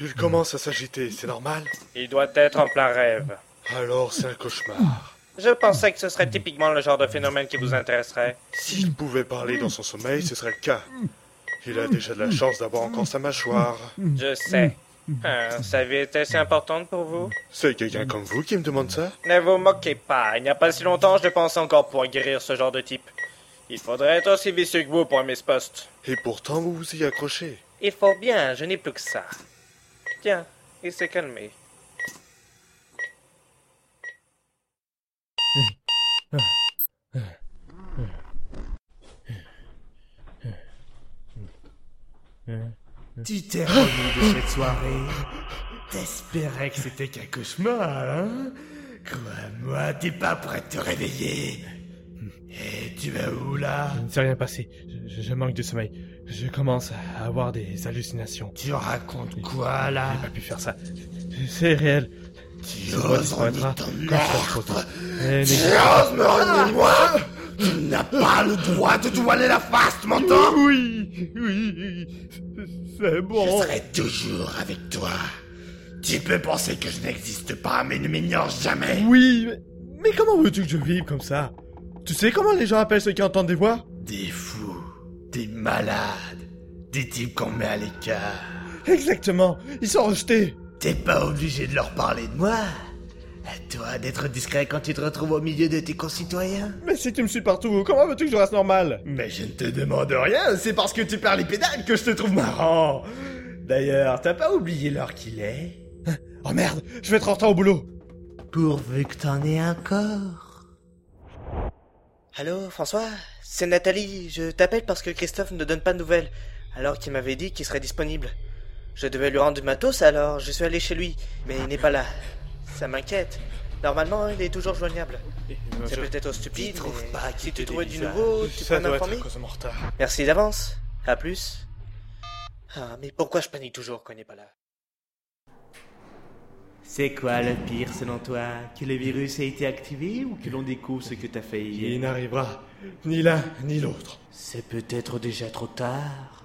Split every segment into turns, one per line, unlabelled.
Il commence à s'agiter, c'est normal
Il doit être en plein rêve.
Alors c'est un cauchemar.
Je pensais que ce serait typiquement le genre de phénomène qui vous intéresserait.
S'il pouvait parler dans son sommeil, ce serait le cas. Il a déjà de la chance d'avoir encore sa mâchoire.
Je sais. Ah, sa vie est assez importante pour vous
C'est quelqu'un comme vous qui me demande ça
Ne vous moquez pas, il n'y a pas si longtemps je le pensais encore pour guérir ce genre de type. Il faudrait être aussi vicieux que vous pour aimer ce poste.
Et pourtant vous vous y accrochez.
Il faut bien, je n'ai plus que ça. Tiens, il s'est calmé.
Tu t'es remis de cette soirée T'espérais que c'était qu'un cauchemar, hein Crois-moi, t'es pas prêt de te réveiller Et tu vas où, là
Il ne s'est rien passé. Je, je- je manque de sommeil. Je commence à avoir des hallucinations.
Tu racontes quoi, là
J'ai pas pu faire ça. C'est réel.
Tu
Je
oses
dois
renier
disparaître
ton
quand je serai trop tard.
meurtre
Eh,
Tu
mais-
oses me
Ah,
renier, moi Tu n'as pas le droit de te voiler la face, tu m'entends
Oui, oui, c'est
Je
bon.
serai toujours avec toi. Tu peux penser que je n'existe pas, mais ne m'ignore jamais.
Oui, mais, mais comment veux-tu que je vive comme ça Tu sais comment les gens appellent ceux qui entendent des voix
Des fous, des malades, des types qu'on met à l'écart.
Exactement, ils sont rejetés.
T'es pas obligé de leur parler de moi. À toi d'être discret quand tu te retrouves au milieu de tes concitoyens.
Mais si tu me suis partout, comment veux-tu que je reste normal
Mais je ne te demande rien, c'est parce que tu parles les pédales que je te trouve marrant. D'ailleurs, t'as pas oublié l'heure qu'il est Hein
Oh merde, je vais être en retard au boulot.
Pourvu que t'en aies encore.
Allô, François C'est Nathalie. Je t'appelle parce que Christophe ne donne pas de nouvelles, alors qu'il m'avait dit qu'il serait disponible. Je devais lui rendre du matos alors, je suis allé chez lui, mais il n'est pas là. Ça m'inquiète. Normalement, il est toujours joignable. C'est peut-être
T'y
stupide,
trouves
mais
pas
si
qu'il
tu
te
trouvais
dise
du
ça.
nouveau, tu
ça
peux
doit être à
m'informer
cause de mon retard.
Merci d'avance. À plus. Ah, mais pourquoi je panique toujours quand il n'est pas là
C'est quoi le pire selon toi Que le virus ait été activé ou que l'on découvre ce que t'as fait
Il
hier
n'arrivera ni l'un ni l'autre.
C'est peut-être déjà trop tard.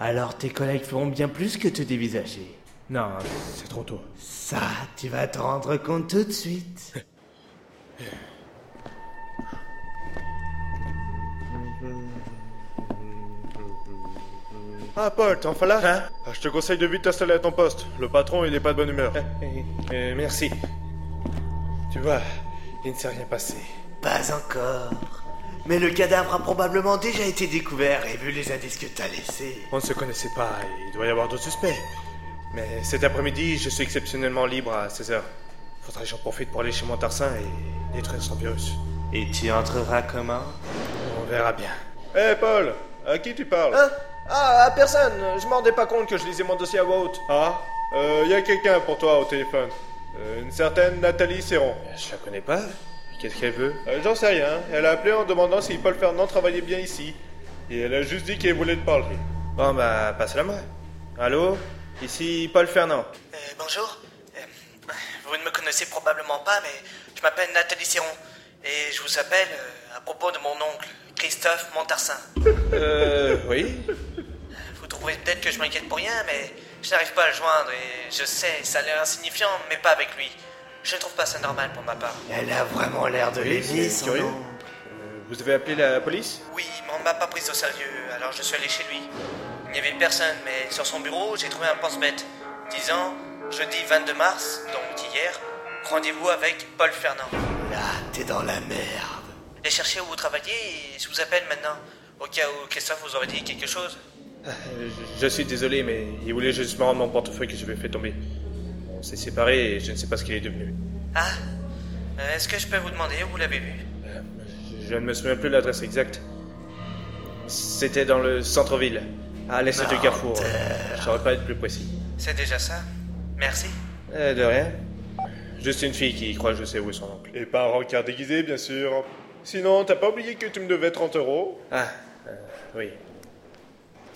Alors tes collègues feront bien plus que te dévisager.
Non, c'est trop tôt.
Ça, tu vas te rendre compte tout de suite.
Ah Paul, t'es enfin là Ah, Je te conseille de vite t'installer à ton poste. Le patron, il est pas de bonne humeur.
Euh, merci. Tu vois, il ne s'est rien passé.
Pas encore.
Mais le cadavre a probablement déjà été découvert et vu les indices que t'as laissés.
On ne se connaissait pas, et il doit y avoir d'autres suspects. Mais cet après-midi, je suis exceptionnellement libre à 16h. Faudrait que j'en profite pour aller chez mon Tarsin et détruire son virus.
Et tu entreras comment
On verra bien.
Hé Eh, Paul, à qui tu parles
Ah, à personne Je m'en rendais pas compte que je lisais mon dossier à voix haute.
Ah, euh, y a quelqu'un pour toi au téléphone. Euh, une certaine Nathalie Serron.
Euh, Je la connais pas. Qu'est-ce qu'elle veut
Euh, J'en sais rien. Elle a appelé en demandant si Paul Fernand travaillait bien ici. Et elle a juste dit qu'elle voulait te parler.
Bon, bah, passe-la moi. Allô Ici Paul Fernand.
Euh, bonjour. Euh, vous ne me connaissez probablement pas, mais je m'appelle Nathalie Siron. Et je vous appelle euh, à propos de mon oncle, Christophe Montarcin.
Euh, oui
Vous trouvez peut-être que je m'inquiète pour rien, mais je n'arrive pas à le joindre. Et je sais, ça a l'air insignifiant, mais pas avec lui. Je trouve pas ça normal pour ma part.
Elle a vraiment l'air de
Oui,
l'aimer,
c'est
son
curieux.
nom.
Euh, Vous avez appelé la police
Oui, mais on m'a pas prise au sérieux, alors je suis allé chez lui. Il n'y avait personne, mais sur son bureau, j'ai trouvé un pense-bête. Disant, jeudi 22 mars, donc hier, rendez-vous avec Paul Fernand.
Là, Ah, t'es dans la merde.
Et cherchez où vous travaillez et je vous appelle maintenant. Au cas où Christophe vous aurait dit quelque chose.
Euh, je, je suis désolé, mais il voulait juste me rendre mon portefeuille que j'avais fait tomber. On s'est séparés et je ne sais pas ce qu'il est devenu.
Ah Euh, Est-ce que je peux vous demander où vous l'avez vu
Je ne me souviens plus de l'adresse exacte. C'était dans le centre-ville, à l'est du carrefour. Je saurais pas être plus précis.
C'est déjà ça Merci.
Euh, de rien. Juste une fille qui croit que je sais où est son oncle.
Et pas un rencard déguisé, bien sûr. Sinon, t'as pas oublié que tu me devais 30 euros
Ah, euh, oui.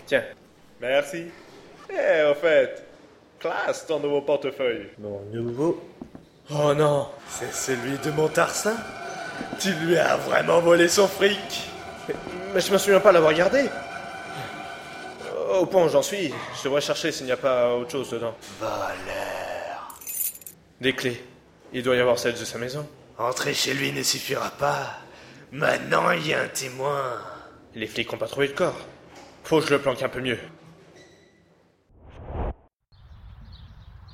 Tiens.
Merci. Eh, au fait, classe ton nouveau portefeuille.
Oh non
C'est celui de Montarcin Tu lui as vraiment volé son fric
Mais je me souviens pas l'avoir gardé.
au pont, j'en suis. Je devrais chercher s'il n'y a pas autre chose dedans.
Voleur.
Des clés. Il doit y avoir celle de sa maison.
Entrer chez lui ne suffira pas. Maintenant, il y a un témoin.
Les flics n'ont pas trouvé le corps. Faut que je le planque un peu mieux.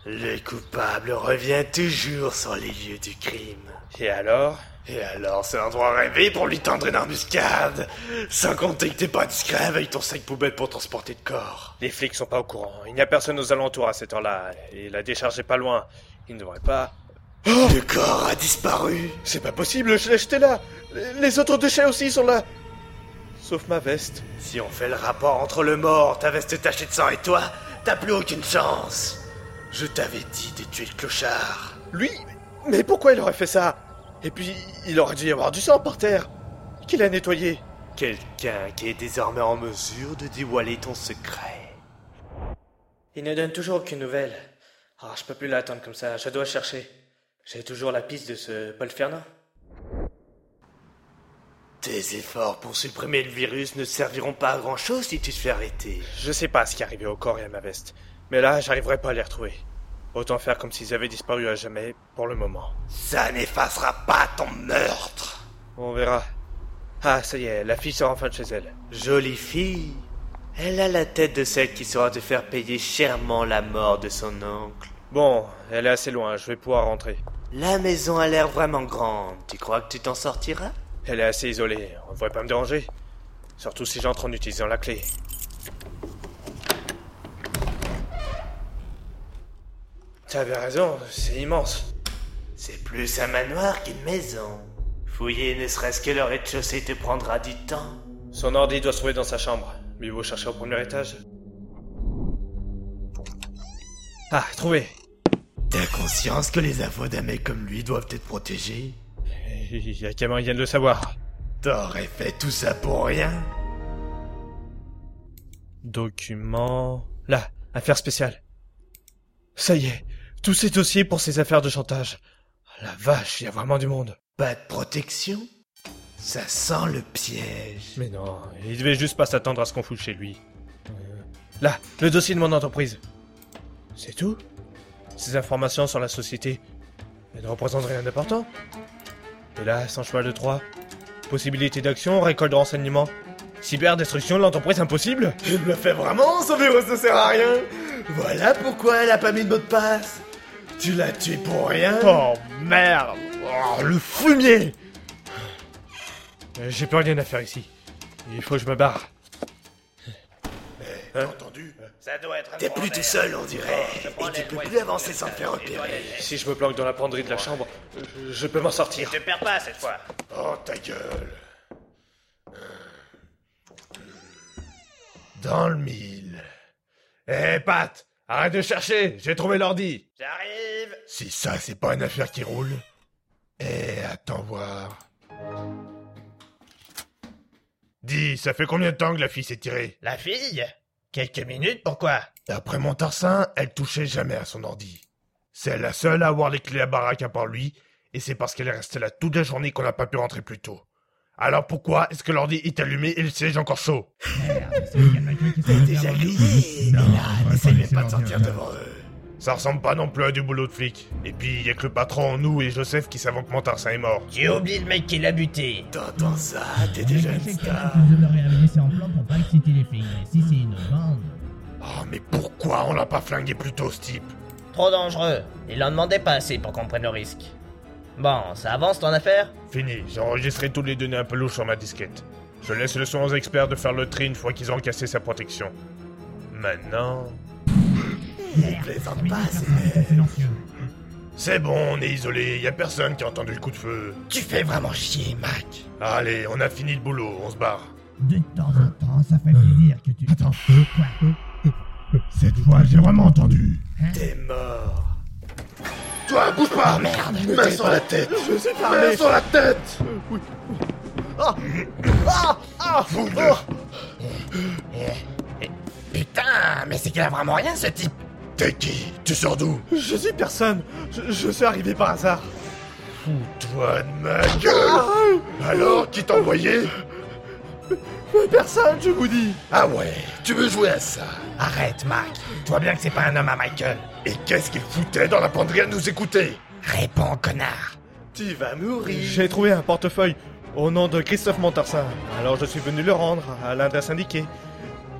Le coupable revient toujours sur les lieux du crime.
Et alors
Et alors, c'est un droit rêvé pour lui tendre une embuscade. Sans compter que t'es pas discret avec ton sac poubelle pour transporter le corps.
Les flics sont pas au courant. Il n'y a personne aux alentours à cette heure-là. Et la décharge est pas loin. Ils ne devraient pas.
Oh. le corps a disparu.
C'est pas possible, je l'ai jeté là Les autres déchets aussi sont là Sauf ma veste.
Si on fait le rapport entre le mort, ta veste tachée de sang et toi, t'as plus aucune chance. Je t'avais dit de tuer le clochard.
Lui Mais pourquoi il aurait fait ça Et puis, il aurait dû y avoir du sang par terre Qui l'a nettoyé
Quelqu'un qui est désormais en mesure de dévoiler ton secret.
Il ne donne toujours aucune nouvelle. Ah, je peux plus l'attendre comme ça, je dois chercher. J'ai toujours la piste de ce Paul Fernand.
Tes efforts pour supprimer le virus ne serviront pas à grand chose si tu te fais arrêter.
Je sais pas ce qui est arrivé au corps et à ma veste. Mais là, j'arriverai pas à les retrouver. Autant faire comme s'ils avaient disparu à jamais, pour le moment.
Ça n'effacera pas ton meurtre.
On verra. Ah, ça y est, la fille sort enfin de chez elle.
Jolie fille. Elle a la tête de celle qui saura te faire payer chèrement la mort de son oncle.
Bon, elle est assez loin, je vais pouvoir rentrer.
La maison a l'air vraiment grande. Tu crois que tu t'en sortiras
Elle est assez isolée, on devrait pas me déranger. Surtout si j'entre en utilisant la clé. T'avais raison, c'est immense.
C'est plus un manoir qu'une maison. Fouiller ne serait-ce que le rez-de-chaussée te prendra du temps.
Son ordi doit se trouver dans sa chambre. Mieux vaut chercher au premier étage. Ah, trouvé.
T'as conscience que les infos d'un mec comme lui doivent être protégées
Il y a qu'un moyen de le savoir.
T'aurais fait tout ça pour rien
Documents... Là, affaires spéciales. Ça y est, tous ces dossiers pour ces affaires de chantage. La vache, il y a vraiment du monde.
Pas de protection Ça sent le piège.
Mais non, il devait juste pas s'attendre à ce qu'on fout chez lui. Euh, Là, le dossier de mon entreprise. C'est tout Ces informations sur la société, elles ne représentent rien d'important. Et là, sans cheval de Troie, possibilité d'action, récolte de renseignements, cyberdestruction de l'entreprise impossible
Il me fait vraiment, ce virus ne sert à rien Voilà pourquoi elle a pas mis de mot de passe Tu l'as tué pour rien
Oh merde Oh, Le fumier Euh, J'ai plus rien à faire ici. Il faut que je me barre.
Eh, T'as entendu T'es plus tout seul, on dirait. Et tu peux plus avancer sans te faire repérer.
Si je me planque dans la penderie de la chambre, je, je peux m'en sortir.
Ne perds pas cette fois.
Oh, ta gueule. Dans le mille.
Eh Pat, arrête de chercher, j'ai trouvé l'ordi.
J'arrive.
Si ça, c'est pas une affaire qui roule. Eh, attends voir. Dis, ça fait combien de temps que la fille s'est tirée
La fille Quelques minutes, pourquoi
D'après mon tarsin, elle touchait jamais à son ordi. C'est la seule à avoir les clés à baraque à part lui, et c'est parce qu'elle est restée là toute la journée qu'on n'a pas pu rentrer plus tôt. Alors pourquoi est-ce que l'ordi est allumé et le siège encore chaud
T'es déjà grillé. Là, n'essaye pas de sortir devant eux.
Ça ressemble pas non plus à du boulot de flic. Et puis, y a que le patron, nous et Joseph qui savons que mon tarsin est mort.
Tu oublies le mec qui l'a buté.
T'entends ça, t'es déjà une star.
Vous l'aurez amené sur un plan pour pas exciter les filles. Si c'est une bande.
Oh, mais pourquoi on l'a pas flingué plus tôt, ce type
Trop dangereux. Il en demandait pas assez pour qu'on prenne le risque. Bon, ça avance ton affaire
Fini, j'ai enregistré toutes les données un peu louches sur ma disquette. Je laisse le soin aux experts de faire le tri une fois qu'ils ont cassé sa protection. Maintenant.
Ils plaisantent pas, c'est
C'est bon, on est isolé, y a personne qui a entendu le coup de feu.
Tu fais vraiment chier, Mac.
Allez, on a fini le boulot, on se barre.
De temps en temps, ça fait plaisir que tu. Attends. Quoi Hein
Cette fois, j'ai vraiment entendu.
T'es mort.
Toi, bouge pas Merde Main sur la tête Je sais pas Main sur la tête Ah Ah
Putain, mais c'est qu'il a vraiment rien, ce type.
T'es qui Tu sors d'où
Je suis personne. Je, je suis arrivé par hasard.
Toi de ma gueule Alors, qui t'a envoyé
Mais personne, je vous dis
Ah ouais, tu veux jouer à ça
Arrête, Mac. Tu vois bien que c'est pas un homme à Michael.
Et qu'est-ce qu'il foutait dans la penderie à nous écouter
Réponds, connard.
Tu vas mourir
J'ai trouvé un portefeuille au nom de Christophe Montarsin. Alors je suis venu le rendre à l'adresse indiquée.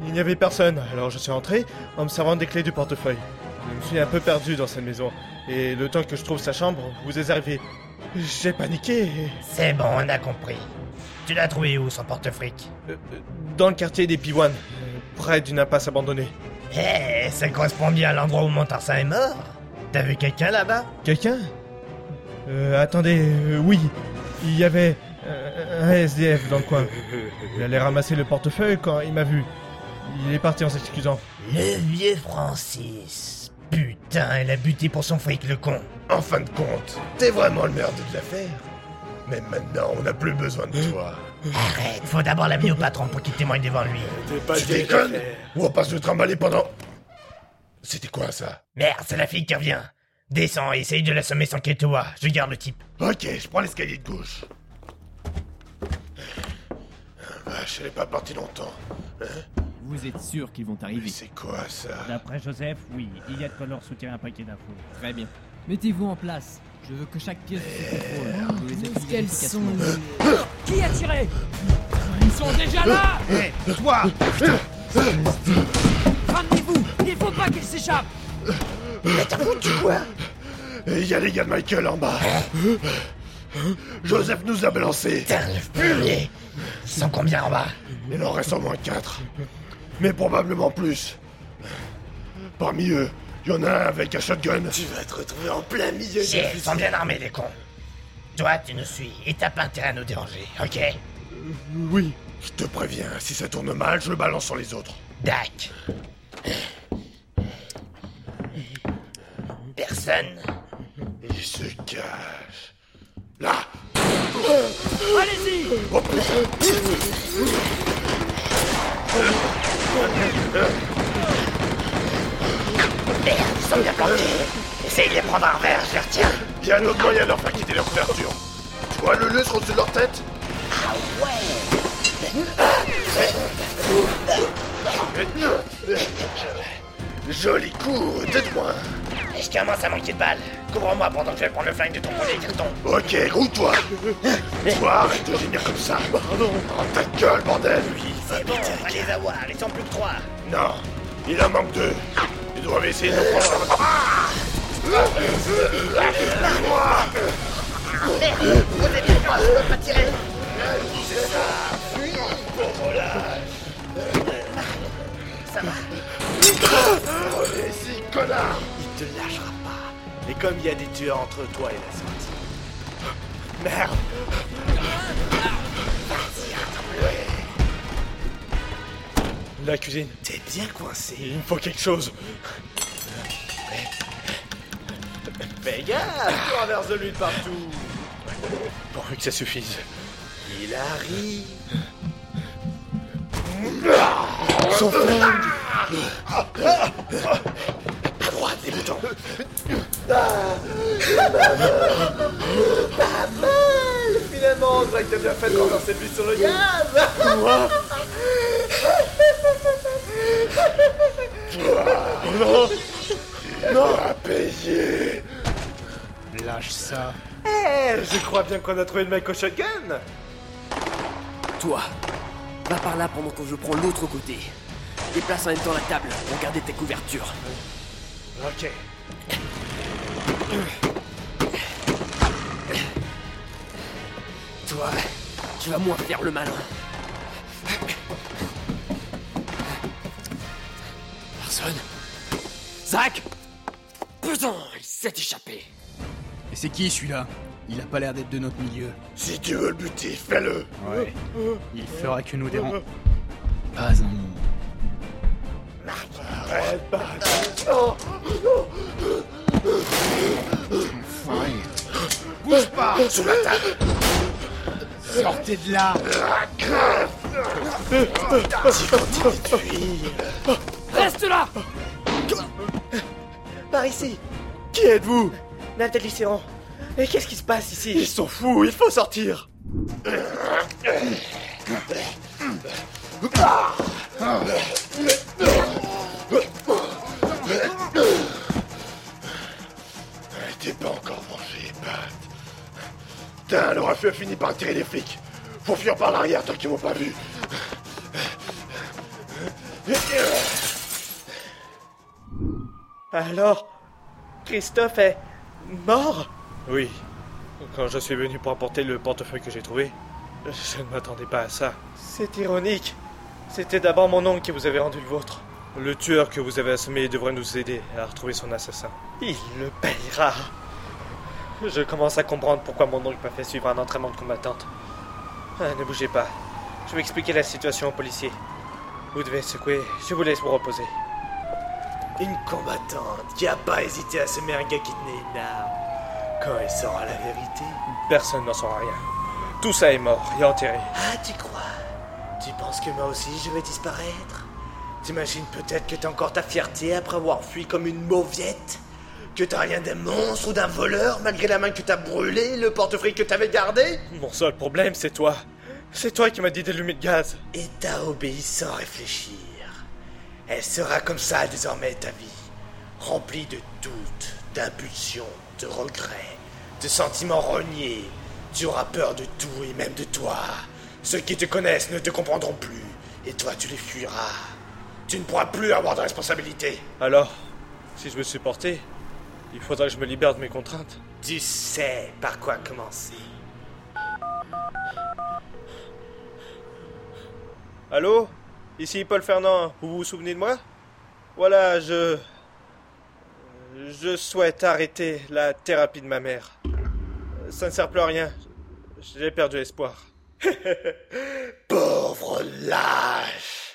Il n'y avait personne, alors je suis entré en me servant des clés du portefeuille. Je me suis un peu perdu dans cette maison, et le temps que je trouve sa chambre, vous êtes arrivé. J'ai paniqué, et-
C'est bon, on a compris. Tu l'as trouvé où, son portefric
dans le quartier des Piwan, euh, près d'une impasse abandonnée.
Eh, ça correspond bien à l'endroit où Montarsin est mort. T'as vu quelqu'un là-bas
Quelqu'un Euh, attendez, euh, oui, il y avait euh, un SDF dans le coin. Il allait ramasser le portefeuille quand il m'a vu. Il est parti en s'excusant.
Le vieux Francis. Putain, elle a buté pour son fric, le con.
En fin de compte, t'es vraiment le meilleur de l'affaire. Mais maintenant, on n'a plus besoin de toi.
Arrête, faut d'abord l'amener au patron pour qu'il témoigne devant lui.
tu déconnes Ou on passe le trimballer pendant... C'était quoi, ça
Merde, c'est la fille qui revient. Descends et essaye de l'assommer sans qu'elle te voie. Je garde le type.
Ok, je prends l'escalier de gauche. Ah, vache, elle est pas partie longtemps. Hein
Vous êtes sûr qu'ils vont
Mais
arriver
c'est quoi, ça
D'après Joseph, oui, il y a de quoi leur soutirer un paquet d'infos.
Très bien. Mettez-vous en place. Je veux que chaque pièce se contrôle. Vous les appuyez
Oh, Qu'elles sont.
efficacement.
Qui a tiré Ils sont déjà là
Hé, toi
Ramenez-vous Il faut pas qu'ils s'échappent
Et il y a les gars de Michael en bas. Joseph nous a balancés.
Putain, le fumier Ils sont combien en bas
Il en reste au moins quatre. Mais probablement plus. Parmi eux, il y en a un avec un shotgun. Tu vas te retrouver en plein milieu
Chier, ils sont bien armés, les cons. Toi, tu nous suis et t'as pas intérêt à nous déranger, ok
Je te préviens, si ça tourne mal, je le balance sur les autres.
Dac. Personne
Il se cache. Là
Allez-y
Merde, ils sont bien plantés Essaye de les prendre en verre, je les retiens
Il y a un autre moyen de leur faire quitter leur couverture. Tu vois le lustre au-dessus de leur tête
Ah
Ah ouais Joli coup, tais-toi
Je commence à manquer de balles. Couvre-moi pendant que je vais prendre le flingue de ton premier carton.
Ok, roule-toi Toi, arrête de gémir comme ça Pardon Oh, ta gueule, bordel
C'est bon, on va les avoir, ils sont plus que trois.
Non, il en manque deux Ils doivent essayer de nous prendre... Il te lâchera pas. Et comme il y a des tueurs entre toi et la sortie... Merde
La cuisine.
T'es bien coincé
Il me faut quelque chose.
Fais gaffe, tu renverses de l'huile partout
Pourvu que ça suffise.
Il arrive Son flingue À droite, les boutons
Finalement, Drake, t'as bien fait de renverser lui sur le gars
Lâche ça.
Je crois bien qu'on a trouvé le mec au shotgun
Toi, va par là pendant que je prends l'autre côté. Déplace en même temps la table pour garder tes couvertures.
Ok.
Toi, tu vas moins faire le malin. Personne Zach Putain, il s'est échappé
Et c'est qui celui-là Il a pas l'air d'être de notre milieu.
Si tu veux le buter, fais-le
Ouais. Il fera que nous dérange. Pas un mot.
Sous la table
Sortez de là
Reste là
Par ici
Qui êtes-vous
Nathalie Céron Mais qu'est-ce qui se passe ici
Ils sont fous, il faut sortir
Elle était pas encore mangée, Pat. Putain, le refus a fini par tirer les flics. Faut fuir par l'arrière tant qu'ils m'ont pas vu.
Alors, Christophe est mort
Oui. Quand je suis venu pour apporter le portefeuille que j'ai trouvé, je ne m'attendais pas à ça.
C'est ironique. C'était d'abord mon oncle qui vous avait rendu le vôtre.
Le tueur que vous avez assommé devrait nous aider à retrouver son assassin.
Il le payera. Je commence à comprendre pourquoi mon oncle m'a fait suivre un entraînement de combattante. Ah, ne bougez pas. Je vais expliquer la situation aux policiers. Vous devez secouer. Je vous laisse vous reposer.
Une combattante qui a pas hésité à semer un gars qui tenait une arme. Quand elle saura la vérité.
Personne n'en saura rien. Tout ça est mort et enterré.
Ah, tu crois Tu penses que moi aussi je vais disparaître T'imagines peut-être que t'as encore ta fierté après avoir fui comme une mauviette Que t'as rien d'un monstre ou d'un voleur malgré la main que t'as brûlée, le portefeuille que t'avais gardé
Mon seul problème, c'est toi. C'est toi qui m'as dit d'allumer le gaz.
Et t'as obéi sans réfléchir. Elle sera comme ça désormais ta vie, remplie de doutes, d'impulsions, de regrets, de sentiments reniés. Tu auras peur de tout et même de toi. Ceux qui te connaissent ne te comprendront plus, et toi tu les fuiras. Tu ne pourras plus avoir de responsabilité.
Alors, si je veux supporter, il faudra que je me libère de mes contraintes.
Tu sais par quoi commencer.
Allô Ici Paul Fernand, vous vous souvenez de moi Voilà, je... Je souhaite arrêter la thérapie de ma mère. Ça ne sert plus à rien. J'ai perdu espoir.
Pauvre lâche